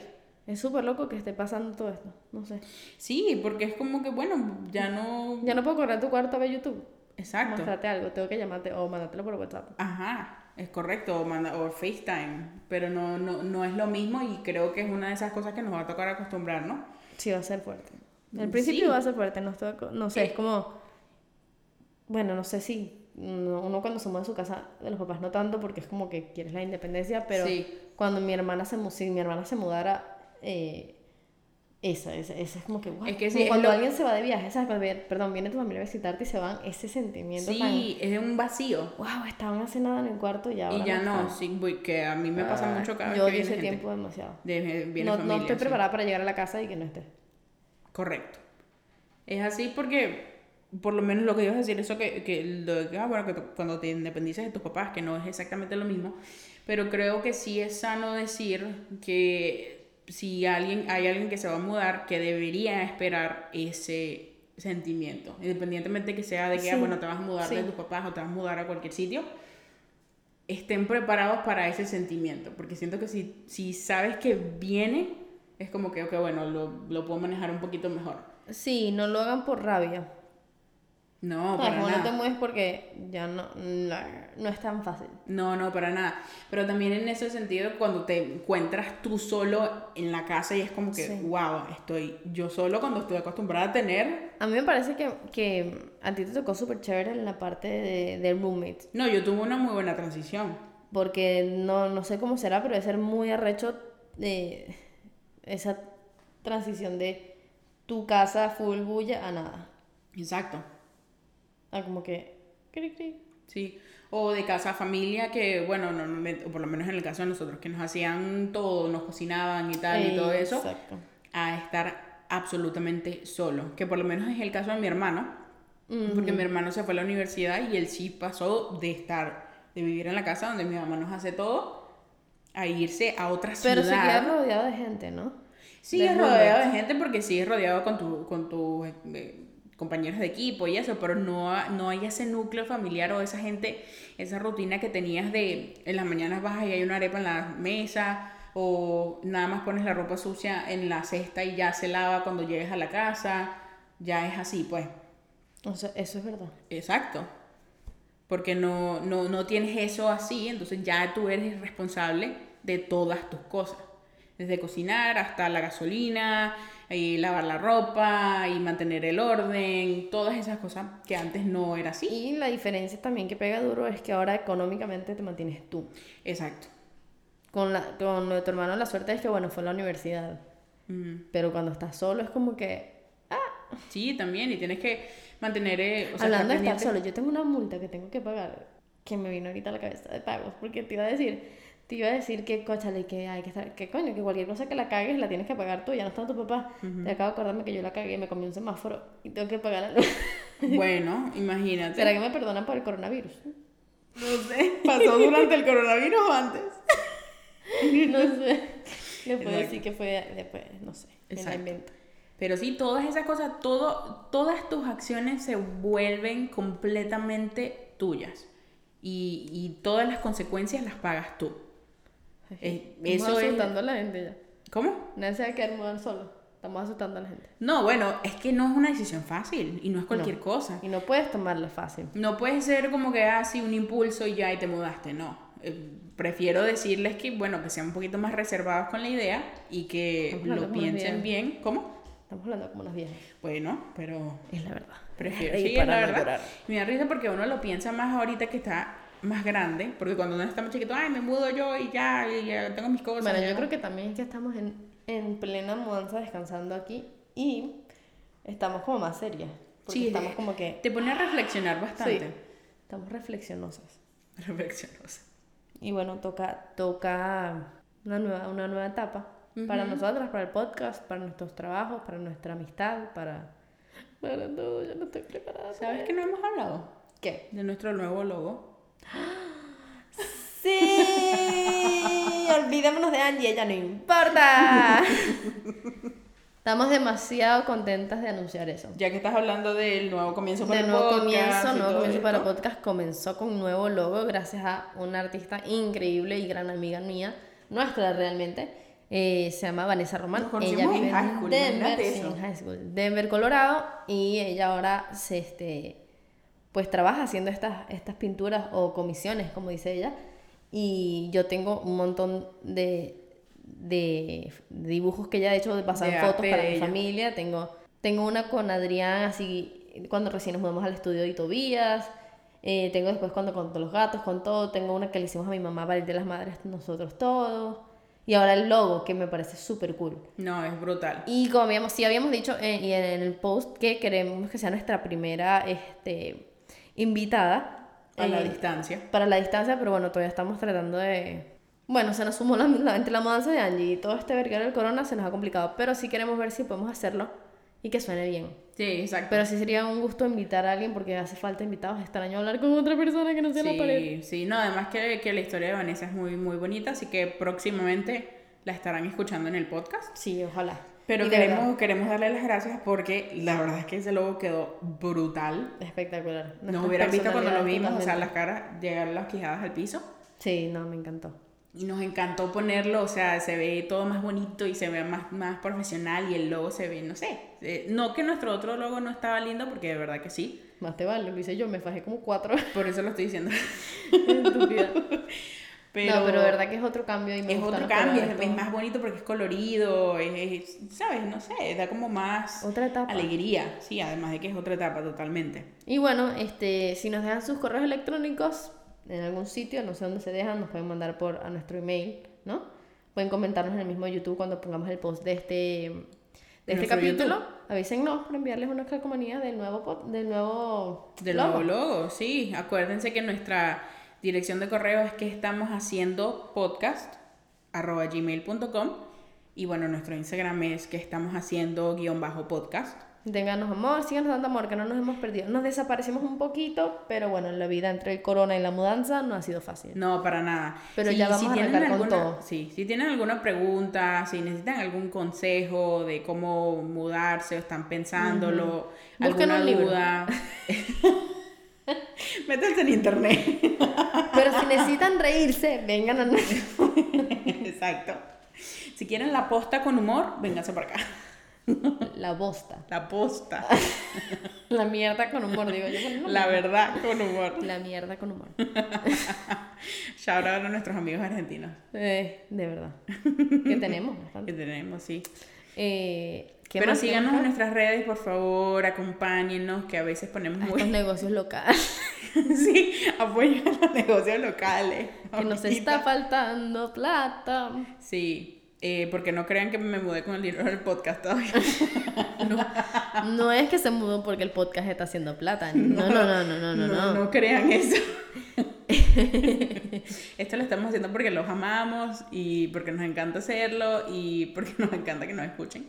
Speaker 1: es súper loco que esté pasando todo esto. No sé.
Speaker 2: Sí, porque es como que, bueno, ya no...
Speaker 1: Ya no puedo correr a tu cuarto a ver YouTube.
Speaker 2: Exacto.
Speaker 1: Mostrarte algo. Tengo que llamarte o mandártelo por WhatsApp.
Speaker 2: Ajá, es correcto, o, manda, o FaceTime, pero no, no, no es lo mismo y creo que es una de esas cosas que nos va a tocar acostumbrar, ¿no?
Speaker 1: Sí, va a ser fuerte.
Speaker 2: Mm,
Speaker 1: Al principio
Speaker 2: sí.
Speaker 1: va a ser fuerte, no, estoy aco- no sé,
Speaker 2: Eh.
Speaker 1: es como. Bueno, no sé si. no- uno cuando se mueve a su casa de los papás no tanto porque es como que quieres la independencia, pero
Speaker 2: Sí.
Speaker 1: cuando mi hermana se, mu- si mi hermana se mudara. Eh, esa, esa, esa es como que guau.
Speaker 2: Es que sí,
Speaker 1: como
Speaker 2: es
Speaker 1: cuando
Speaker 2: lo-
Speaker 1: alguien se va de viaje, ¿sabes? Cuando viene- perdón, viene tu familia a visitarte y se van, ese sentimiento
Speaker 2: Sí, es un vacío.
Speaker 1: tan, wow, estaban hace nada en el cuarto y ahora
Speaker 2: Y ya no,
Speaker 1: están".
Speaker 2: sí, voy- que a mí me pasa
Speaker 1: Ah,
Speaker 2: mucho cada vez
Speaker 1: Yo
Speaker 2: que
Speaker 1: odio
Speaker 2: viene
Speaker 1: ese
Speaker 2: gente.
Speaker 1: tiempo demasiado.
Speaker 2: De- viene
Speaker 1: no,
Speaker 2: familia,
Speaker 1: no estoy
Speaker 2: sí.
Speaker 1: preparada para llegar a la casa y que no estés.
Speaker 2: Correcto. Es así porque, por lo menos lo que ibas a decir, eso que, que, lo de que, ah, bueno, que tú- cuando te independices de tus papás, que no es exactamente lo mismo, pero creo que sí es sano decir que si alguien, hay alguien que se va a mudar, que debería esperar ese sentimientos. Independientemente que sea de que, ah,
Speaker 1: Sí.
Speaker 2: bueno, te vas a mudar de
Speaker 1: Sí.
Speaker 2: tus papás o te vas a mudar a cualquier sitio, estén preparados para ese sentimiento. Porque siento que si, si sabes que viene, es como que, ok, bueno, lo, lo puedo manejar un poquito mejor.
Speaker 1: Sí, no lo hagan por rabia.
Speaker 2: No,
Speaker 1: Ay,
Speaker 2: para
Speaker 1: como no
Speaker 2: nada.
Speaker 1: te mueves porque ya no, la- no es tan fácil.
Speaker 2: No, no, para nada. Pero también en ese sentido, cuando te encuentras tú solo en la casa y es como que,
Speaker 1: Sí.
Speaker 2: wow, estoy yo solo cuando estoy acostumbrada a tener.
Speaker 1: A mí me parece que, que a ti te tocó súper chévere en la parte de, de roommates.
Speaker 2: No, yo tuve una muy buena transición.
Speaker 1: Porque no, no sé cómo será, pero debe ser muy arrecho de esa transición de tu casa full bulla a nada.
Speaker 2: Exacto.
Speaker 1: A como que. cri, cri.
Speaker 2: Sí. O de casa a familia, que bueno, normalmente, o por lo menos en el caso de nosotros, que nos hacían todo, nos cocinaban y tal y todo eso,
Speaker 1: Exacto.
Speaker 2: a estar absolutamente solo. Que por lo menos es el caso de mi hermano,
Speaker 1: Mm,
Speaker 2: porque mi hermano se fue a la universidad y él sí pasó de estar, de vivir en la casa donde mi mamá nos hace todo, a irse a otra ciudad.
Speaker 1: Pero se queda rodeado de gente, ¿no?
Speaker 2: Sí,
Speaker 1: Del
Speaker 2: es
Speaker 1: roommates.
Speaker 2: rodeado de gente porque sí es rodeado con tu- con tus eh, compañeros de equipo y eso, pero no, ha- no hay ese núcleo familiar o esa gente, esa rutina que tenías de en las mañanas vas y hay una arepa en la mesa o nada más pones la ropa sucia en la cesta y ya se lava cuando llegues a la casa, ya es así, pues.
Speaker 1: O sea, eso es verdad.
Speaker 2: Exacto. Porque no, no, no tienes eso así, entonces ya tú eres responsable de todas tus cosas. Desde cocinar hasta la gasolina, y lavar la ropa y mantener el orden, todas esas cosas que antes no era así.
Speaker 1: Y la diferencia también que pega duro es que ahora económicamente te mantienes tú.
Speaker 2: Exacto.
Speaker 1: Con, la, con lo de tu hermano, la suerte es que, bueno, fue a la universidad.
Speaker 2: Mm.
Speaker 1: Pero cuando estás solo es como que.
Speaker 2: Sí, también, y tienes que mantener... eh, o sea,
Speaker 1: hablando de estar
Speaker 2: pendiente-
Speaker 1: solo, yo tengo una multa que tengo que pagar que me vino ahorita a la cabeza de pagos. Porque te iba a decir, te iba a decir que, cóchale, que hay que estar. Que coño, que cualquier cosa que la cagues la tienes que pagar tú, ya no está tu papá. Te acabo de acordarme que yo la cagué, me comí un semáforo y tengo que pagar la luz.
Speaker 2: Bueno, imagínate.
Speaker 1: ¿Será que me perdonan por el coronavirus?
Speaker 2: No sé, pasó durante el coronavirus o antes.
Speaker 1: No sé. Le puedo
Speaker 2: Exacto.
Speaker 1: decir que fue después, no sé. Me la
Speaker 2: Exacto.
Speaker 1: invento.
Speaker 2: Pero sí, todas esas cosas, todo, todas tus acciones se vuelven completamente tuyas. Y, y todas las consecuencias las pagas tú. Eh,
Speaker 1: Estamos
Speaker 2: eso es-
Speaker 1: asustando a la gente ya.
Speaker 2: ¿Cómo?
Speaker 1: Nadie se va a quedar mudar solo. Estamos asustando a la gente.
Speaker 2: No, bueno, es que no es una decisión fácil y no es cualquier
Speaker 1: No.
Speaker 2: cosa.
Speaker 1: Y no puedes tomarla fácil.
Speaker 2: No puede ser como que así un impulso y ya y te mudaste, no. Eh, Prefiero decirles que, bueno, que sean un poquito más reservados con la idea y que
Speaker 1: Estamos hablando
Speaker 2: lo
Speaker 1: muy
Speaker 2: piensen
Speaker 1: bien.
Speaker 2: bien. ¿Cómo?
Speaker 1: Estamos hablando como unos viejos.
Speaker 2: Bueno, pero
Speaker 1: Es la verdad.
Speaker 2: Prefiero
Speaker 1: Y
Speaker 2: sí,
Speaker 1: para
Speaker 2: la
Speaker 1: no
Speaker 2: verdad.
Speaker 1: llorar.
Speaker 2: Me da risa porque uno lo piensa más ahorita que está más grande, porque cuando uno está más chiquito, ay, me mudo yo y ya, y ya tengo mis cosas.
Speaker 1: Bueno,
Speaker 2: ya".
Speaker 1: yo creo que también es que estamos en, en plena mudanza descansando aquí y estamos como más serias. Porque
Speaker 2: Sí,
Speaker 1: estamos
Speaker 2: eh,
Speaker 1: como que.
Speaker 2: te pone a reflexionar
Speaker 1: Sí,
Speaker 2: bastante.
Speaker 1: estamos reflexionosas.
Speaker 2: Reflexionosa.
Speaker 1: Y bueno, toca, toca una, nueva, una nueva etapa para nosotras, para el podcast, para nuestros trabajos, para nuestra amistad, para... Para todo, yo no estoy preparada.
Speaker 2: ¿Sabes que no hemos hablado
Speaker 1: ¿Qué?
Speaker 2: de nuestro nuevo logo?
Speaker 1: Sí, olvidémonos de Angie, ella no importa. Estamos demasiado contentas de anunciar eso.
Speaker 2: Ya que estás hablando del nuevo comienzo para
Speaker 1: De
Speaker 2: el
Speaker 1: nuevo
Speaker 2: podcast
Speaker 1: comienzo,
Speaker 2: y
Speaker 1: nuevo
Speaker 2: todo
Speaker 1: comienzo
Speaker 2: esto.
Speaker 1: para podcast comenzó con un nuevo logo gracias a una artista increíble y gran amiga mía, nuestra realmente, eh, se llama Vanessa Román.
Speaker 2: Nos conocimos
Speaker 1: Ella vive en,
Speaker 2: en high school,
Speaker 1: Denver,
Speaker 2: imagínate
Speaker 1: sí,
Speaker 2: eso.
Speaker 1: en high school, Denver, Colorado, y ella ahora se este pues trabaja haciendo estas estas pinturas o comisiones, como dice ella, y yo tengo un montón de de dibujos que ella ha hecho basados
Speaker 2: De
Speaker 1: en fotos
Speaker 2: arte
Speaker 1: para
Speaker 2: de
Speaker 1: mi
Speaker 2: ella.
Speaker 1: familia familia, tengo, tengo una con Adrián, así cuando recién nos mudamos al estudio de Tobías, eh, tengo después cuando con todos los gatos, con todo, tengo una que le hicimos a mi mamá para el Día de las Madres, nosotros todos, y ahora el logo, que me parece súper cool.
Speaker 2: No, es brutal.
Speaker 1: Y como habíamos, sí habíamos dicho eh, y en, el post que queremos que sea nuestra primera este, invitada
Speaker 2: A la
Speaker 1: eh,
Speaker 2: distancia.
Speaker 1: para la distancia, pero bueno, todavía estamos tratando de... Bueno, se nos sumó la, la- entre la mudanza de Angie y todo este verguero del corona se nos ha complicado, pero sí queremos ver si podemos hacerlo y que suene bien.
Speaker 2: Sí, exacto.
Speaker 1: Pero sí sería un gusto invitar a alguien porque hace falta invitados, extraño hablar con otra persona que no sea la pared.
Speaker 2: Sí, sí, no, además que, que la historia de Vanessa es muy, muy bonita, así que próximamente la estarán escuchando en el podcast.
Speaker 1: Sí, ojalá.
Speaker 2: Pero
Speaker 1: Y de
Speaker 2: queremos,
Speaker 1: verdad.
Speaker 2: queremos darle las gracias porque la verdad es que ese logo quedó brutal.
Speaker 1: Espectacular.
Speaker 2: Nos
Speaker 1: Nuestra
Speaker 2: hubieran visto cuando lo
Speaker 1: personalidad
Speaker 2: vimos, o sea,
Speaker 1: totalmente.
Speaker 2: las caras, llegaron las quijadas al piso.
Speaker 1: Sí, no, me encantó.
Speaker 2: Y nos encantó ponerlo, o sea, se ve todo más bonito y se ve más, más profesional y el logo se ve, no sé. eh, no que nuestro otro logo no estaba lindo, porque de verdad que sí.
Speaker 1: Más te vale, lo hice yo, me fajé como cuatro.
Speaker 2: Por eso lo estoy diciendo.
Speaker 1: Estúpida.
Speaker 2: Pero,
Speaker 1: no, pero de verdad que es otro cambio y me
Speaker 2: es
Speaker 1: gustan
Speaker 2: otro
Speaker 1: los
Speaker 2: cambio,
Speaker 1: colores,
Speaker 2: es, es
Speaker 1: todo.
Speaker 2: más bonito porque es colorido, es, es- ¿sabes? No sé, da como más
Speaker 1: Otra etapa.
Speaker 2: alegría, sí, además de que es otra etapa totalmente.
Speaker 1: Y bueno, este, si nos dejan sus correos electrónicos en algún sitio, no sé dónde se dejan, nos pueden mandar por a nuestro email, ¿no? Pueden comentarnos en el mismo YouTube cuando pongamos el post de este, de este
Speaker 2: Nuestro
Speaker 1: capítulo. Avísennos para enviarles una calcomanía del nuevo pod- del nuevo
Speaker 2: Del
Speaker 1: logo.
Speaker 2: nuevo logo, sí. Acuérdense que nuestra dirección de correo es que estamos haciendo podcast arroba gmail.com y bueno, nuestro Instagram es que estamos haciendo guión bajo podcast.
Speaker 1: Ténganos amor, síganos dando amor, que no nos hemos perdido. Nos desaparecimos un poquito, pero bueno, la vida entre el corona y la mudanza no ha sido fácil.
Speaker 2: No, para nada.
Speaker 1: Pero ya vamos a
Speaker 2: tienen
Speaker 1: arrancar con
Speaker 2: alguna-
Speaker 1: todo.
Speaker 2: Sí, si tienen alguna pregunta, si necesitan algún consejo de cómo mudarse o están pensándolo,
Speaker 1: Ujú. Busquen
Speaker 2: alguna
Speaker 1: un libro.
Speaker 2: duda. Métanse en internet.
Speaker 1: Pero si necesitan reírse, vengan a nuestro...
Speaker 2: Exacto. Si quieren la posta con humor, vénganse por acá.
Speaker 1: La bosta.
Speaker 2: La posta.
Speaker 1: La mierda con humor, digo yo. bueno, no,
Speaker 2: La verdad Eh. con humor.
Speaker 1: La mierda con humor.
Speaker 2: Shout out a nuestros amigos argentinos
Speaker 1: Eh, de verdad. Que tenemos
Speaker 2: que
Speaker 1: bastante.
Speaker 2: tenemos, sí.
Speaker 1: Eh, ¿qué
Speaker 2: Pero
Speaker 1: más
Speaker 2: síganos en
Speaker 1: tenemos?
Speaker 2: nuestras redes, por favor, acompáñennos, que a veces ponemos
Speaker 1: A Ah, estos
Speaker 2: muy...
Speaker 1: negocios locales.
Speaker 2: sí, apoyen a los negocios locales.
Speaker 1: Que nos
Speaker 2: amiguita.
Speaker 1: está faltando plata.
Speaker 2: Sí, eh, porque no crean que me mudé con el dinero del podcast todavía.
Speaker 1: No es que se mudó porque el podcast está haciendo plata. No, no, no, no, no, no. no.
Speaker 2: no crean eso. Esto lo estamos haciendo porque los amamos y porque nos encanta hacerlo y porque nos encanta que nos escuchen.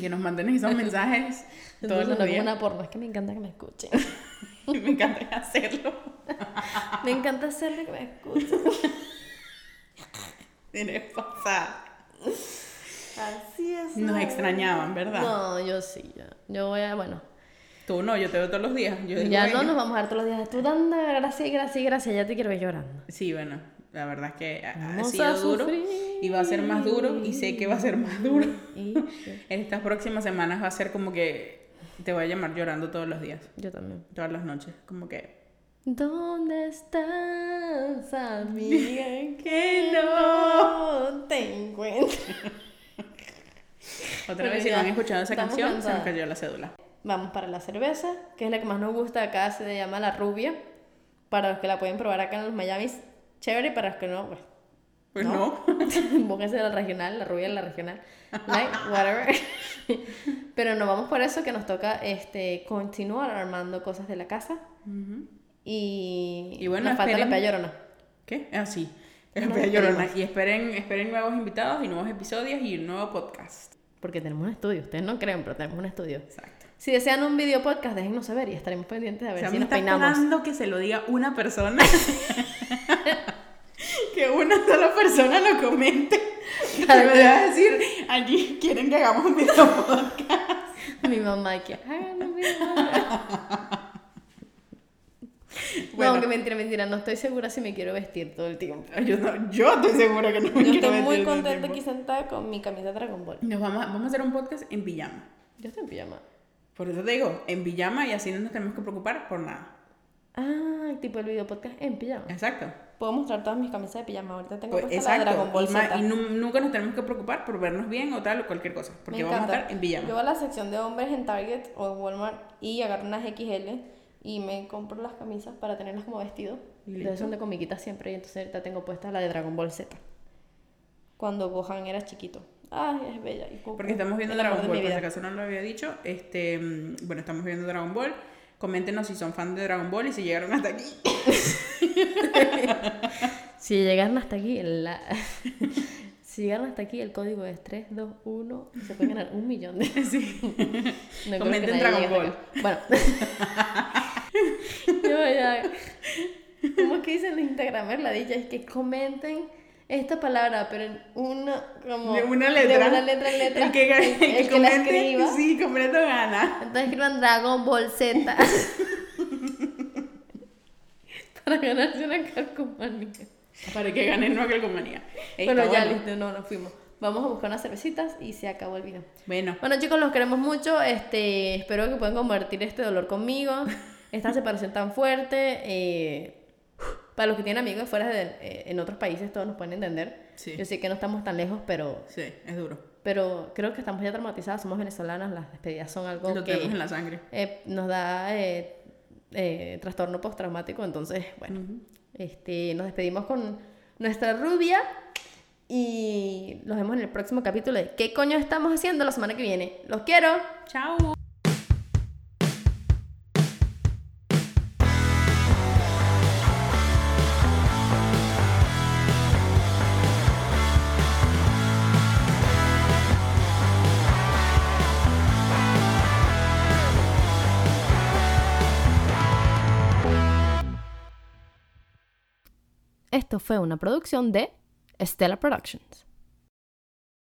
Speaker 2: Que nos manden esos mensajes todos
Speaker 1: Entonces,
Speaker 2: los
Speaker 1: no como
Speaker 2: días.
Speaker 1: una porno, es que me encanta que me escuchen.
Speaker 2: Me encanta hacerlo.
Speaker 1: Me encanta hacerle que me escuchen.
Speaker 2: Tienes pasada.
Speaker 1: Así es.
Speaker 2: Nos
Speaker 1: ¿no?
Speaker 2: extrañaban, ¿verdad?
Speaker 1: No, yo sí, yo, yo voy a, bueno,
Speaker 2: Tú no, yo te veo todos los días. Yo digo,
Speaker 1: ya no
Speaker 2: "Bueno".
Speaker 1: nos vamos a dar todos los días. Tú dando gracias, gracias, gracias, ya te quiero ver llorando.
Speaker 2: Sí, bueno, la verdad es que ha- ha
Speaker 1: Vamos
Speaker 2: sido
Speaker 1: a
Speaker 2: duro
Speaker 1: sufrir.
Speaker 2: y va a ser más duro y sé que va a ser más duro.
Speaker 1: Y
Speaker 2: En estas próximas semanas va a ser como que te voy a llamar llorando todos los días,
Speaker 1: yo también.
Speaker 2: todas las noches, como que
Speaker 1: ¿Dónde estás, amiga?
Speaker 2: que
Speaker 1: No te encuentro.
Speaker 2: Otra
Speaker 1: Bueno,
Speaker 2: vez si
Speaker 1: ya,
Speaker 2: no han escuchado esa
Speaker 1: estamos
Speaker 2: canción, se
Speaker 1: cansadas.
Speaker 2: nos cayó la cédula.
Speaker 1: Vamos para la cerveza, que es la que más nos gusta acá, se llama la rubia. Para los que la pueden probar acá en los Miamis, chévere, para los que no, pues
Speaker 2: Pues no.
Speaker 1: Pónganse la regional, la rubia de la regional. Like, whatever. Pero no vamos por eso, que nos toca este, continuar armando cosas de la casa. Y,
Speaker 2: Y bueno,
Speaker 1: nos falta la
Speaker 2: esperen.
Speaker 1: pea llorona.
Speaker 2: ¿Qué? Ah, sí.
Speaker 1: No,
Speaker 2: Espera, llorona.
Speaker 1: tenemos.
Speaker 2: Y esperen, esperen nuevos invitados y nuevos episodios y un nuevo podcast.
Speaker 1: Porque tenemos un estudio, ustedes no creen, pero tenemos un estudio.
Speaker 2: Exacto.
Speaker 1: Si desean un video podcast, déjennos saber y estaremos pendientes de
Speaker 2: O
Speaker 1: ver
Speaker 2: sea,
Speaker 1: si
Speaker 2: me
Speaker 1: nos
Speaker 2: está
Speaker 1: peinamos.
Speaker 2: esperando que se lo diga una persona. que una sola persona lo comente. Que me va a decir, allí quieren que hagamos un video podcast.
Speaker 1: Mi mamá que "Ah, hagan un video.
Speaker 2: Bueno.
Speaker 1: No, que mentira, mentira, no estoy segura si me quiero vestir todo el tiempo.
Speaker 2: Yo, no- yo estoy segura que no me
Speaker 1: Yo
Speaker 2: quiero
Speaker 1: estoy muy
Speaker 2: vestir todo el
Speaker 1: contenta aquí
Speaker 2: tiempo.
Speaker 1: sentada con mi camisa Dragon Ball.
Speaker 2: Nos vamos, a- vamos a hacer un podcast en pijama.
Speaker 1: Yo estoy en pijama.
Speaker 2: Por eso te digo, en pijama y así no nos tenemos que preocupar por nada.
Speaker 1: Ah, tipo el video podcast en pijama.
Speaker 2: Exacto.
Speaker 1: Puedo mostrar todas mis camisas de pijama. Ahorita tengo
Speaker 2: Pues,
Speaker 1: puesta la de
Speaker 2: exacto.
Speaker 1: Dragon Ball
Speaker 2: Y, ma-
Speaker 1: Z.
Speaker 2: y nu- nunca nos tenemos que preocupar por vernos bien o tal o cualquier cosa. Porque
Speaker 1: Me
Speaker 2: vamos a
Speaker 1: encanta.
Speaker 2: estar en pijama.
Speaker 1: Yo voy a la sección de hombres en Target o en Walmart y agarro unas XL y me compro las camisas para tenerlas como vestido.
Speaker 2: Listo.
Speaker 1: Entonces son de comiquitas siempre y entonces ahorita tengo puesta la de Dragon Ball Z. Cuando Gohan era chiquito. Ay, es bella. Y Goku,
Speaker 2: Porque estamos viendo
Speaker 1: el amor
Speaker 2: Dragon
Speaker 1: de
Speaker 2: Ball,
Speaker 1: mi
Speaker 2: por si
Speaker 1: vida.
Speaker 2: acaso no lo había dicho. Este, mm, bueno, estamos viendo Dragon Ball. Coméntenos si son fan de Dragon Ball y si llegaron hasta aquí.
Speaker 1: Si llegaron hasta aquí, la... si llegaron hasta aquí, el código es 321 y se puede ganar un millón de...
Speaker 2: Sí.
Speaker 1: No creo
Speaker 2: Comenten
Speaker 1: que nadie
Speaker 2: Dragon
Speaker 1: llegue hasta acá. Bueno. Yo ya. ¿Cómo es que dicen en Instagram, la dicha? Es que comenten esta palabra, pero en una, como,
Speaker 2: De una letra.
Speaker 1: De una letra, letra.
Speaker 2: El que, gane- el que
Speaker 1: el que la
Speaker 2: comente,
Speaker 1: escriba.
Speaker 2: sí, completo gana.
Speaker 1: Entonces escriban Dragon Ball Z. Para ganarse una calcomanía.
Speaker 2: Para que gane no calcomanía. Ey,
Speaker 1: Bueno,
Speaker 2: está
Speaker 1: ya
Speaker 2: bueno.
Speaker 1: listo, no, nos fuimos. Vamos a buscar unas cervecitas y se acabó el video.
Speaker 2: Bueno,
Speaker 1: Bueno, chicos, los queremos mucho. Este, espero que puedan compartir este dolor conmigo, esta separación tan fuerte. eh, para los que tienen amigos fuera de, eh, en otros países, todos nos pueden entender.
Speaker 2: Sí.
Speaker 1: Yo sé que no estamos tan lejos, pero,
Speaker 2: sí, es duro.
Speaker 1: pero creo que estamos ya traumatizadas. Somos venezolanas, las despedidas son algo
Speaker 2: Lo
Speaker 1: que
Speaker 2: tenemos en la sangre.
Speaker 1: eh, nos da eh, eh, trastorno postraumático. Entonces, bueno, este, nos despedimos con nuestra rubia y nos vemos en el próximo capítulo de ¿Qué coño estamos haciendo la semana que viene? ¡Los quiero!
Speaker 2: Chao.
Speaker 1: Esto fue una producción de Stella Productions.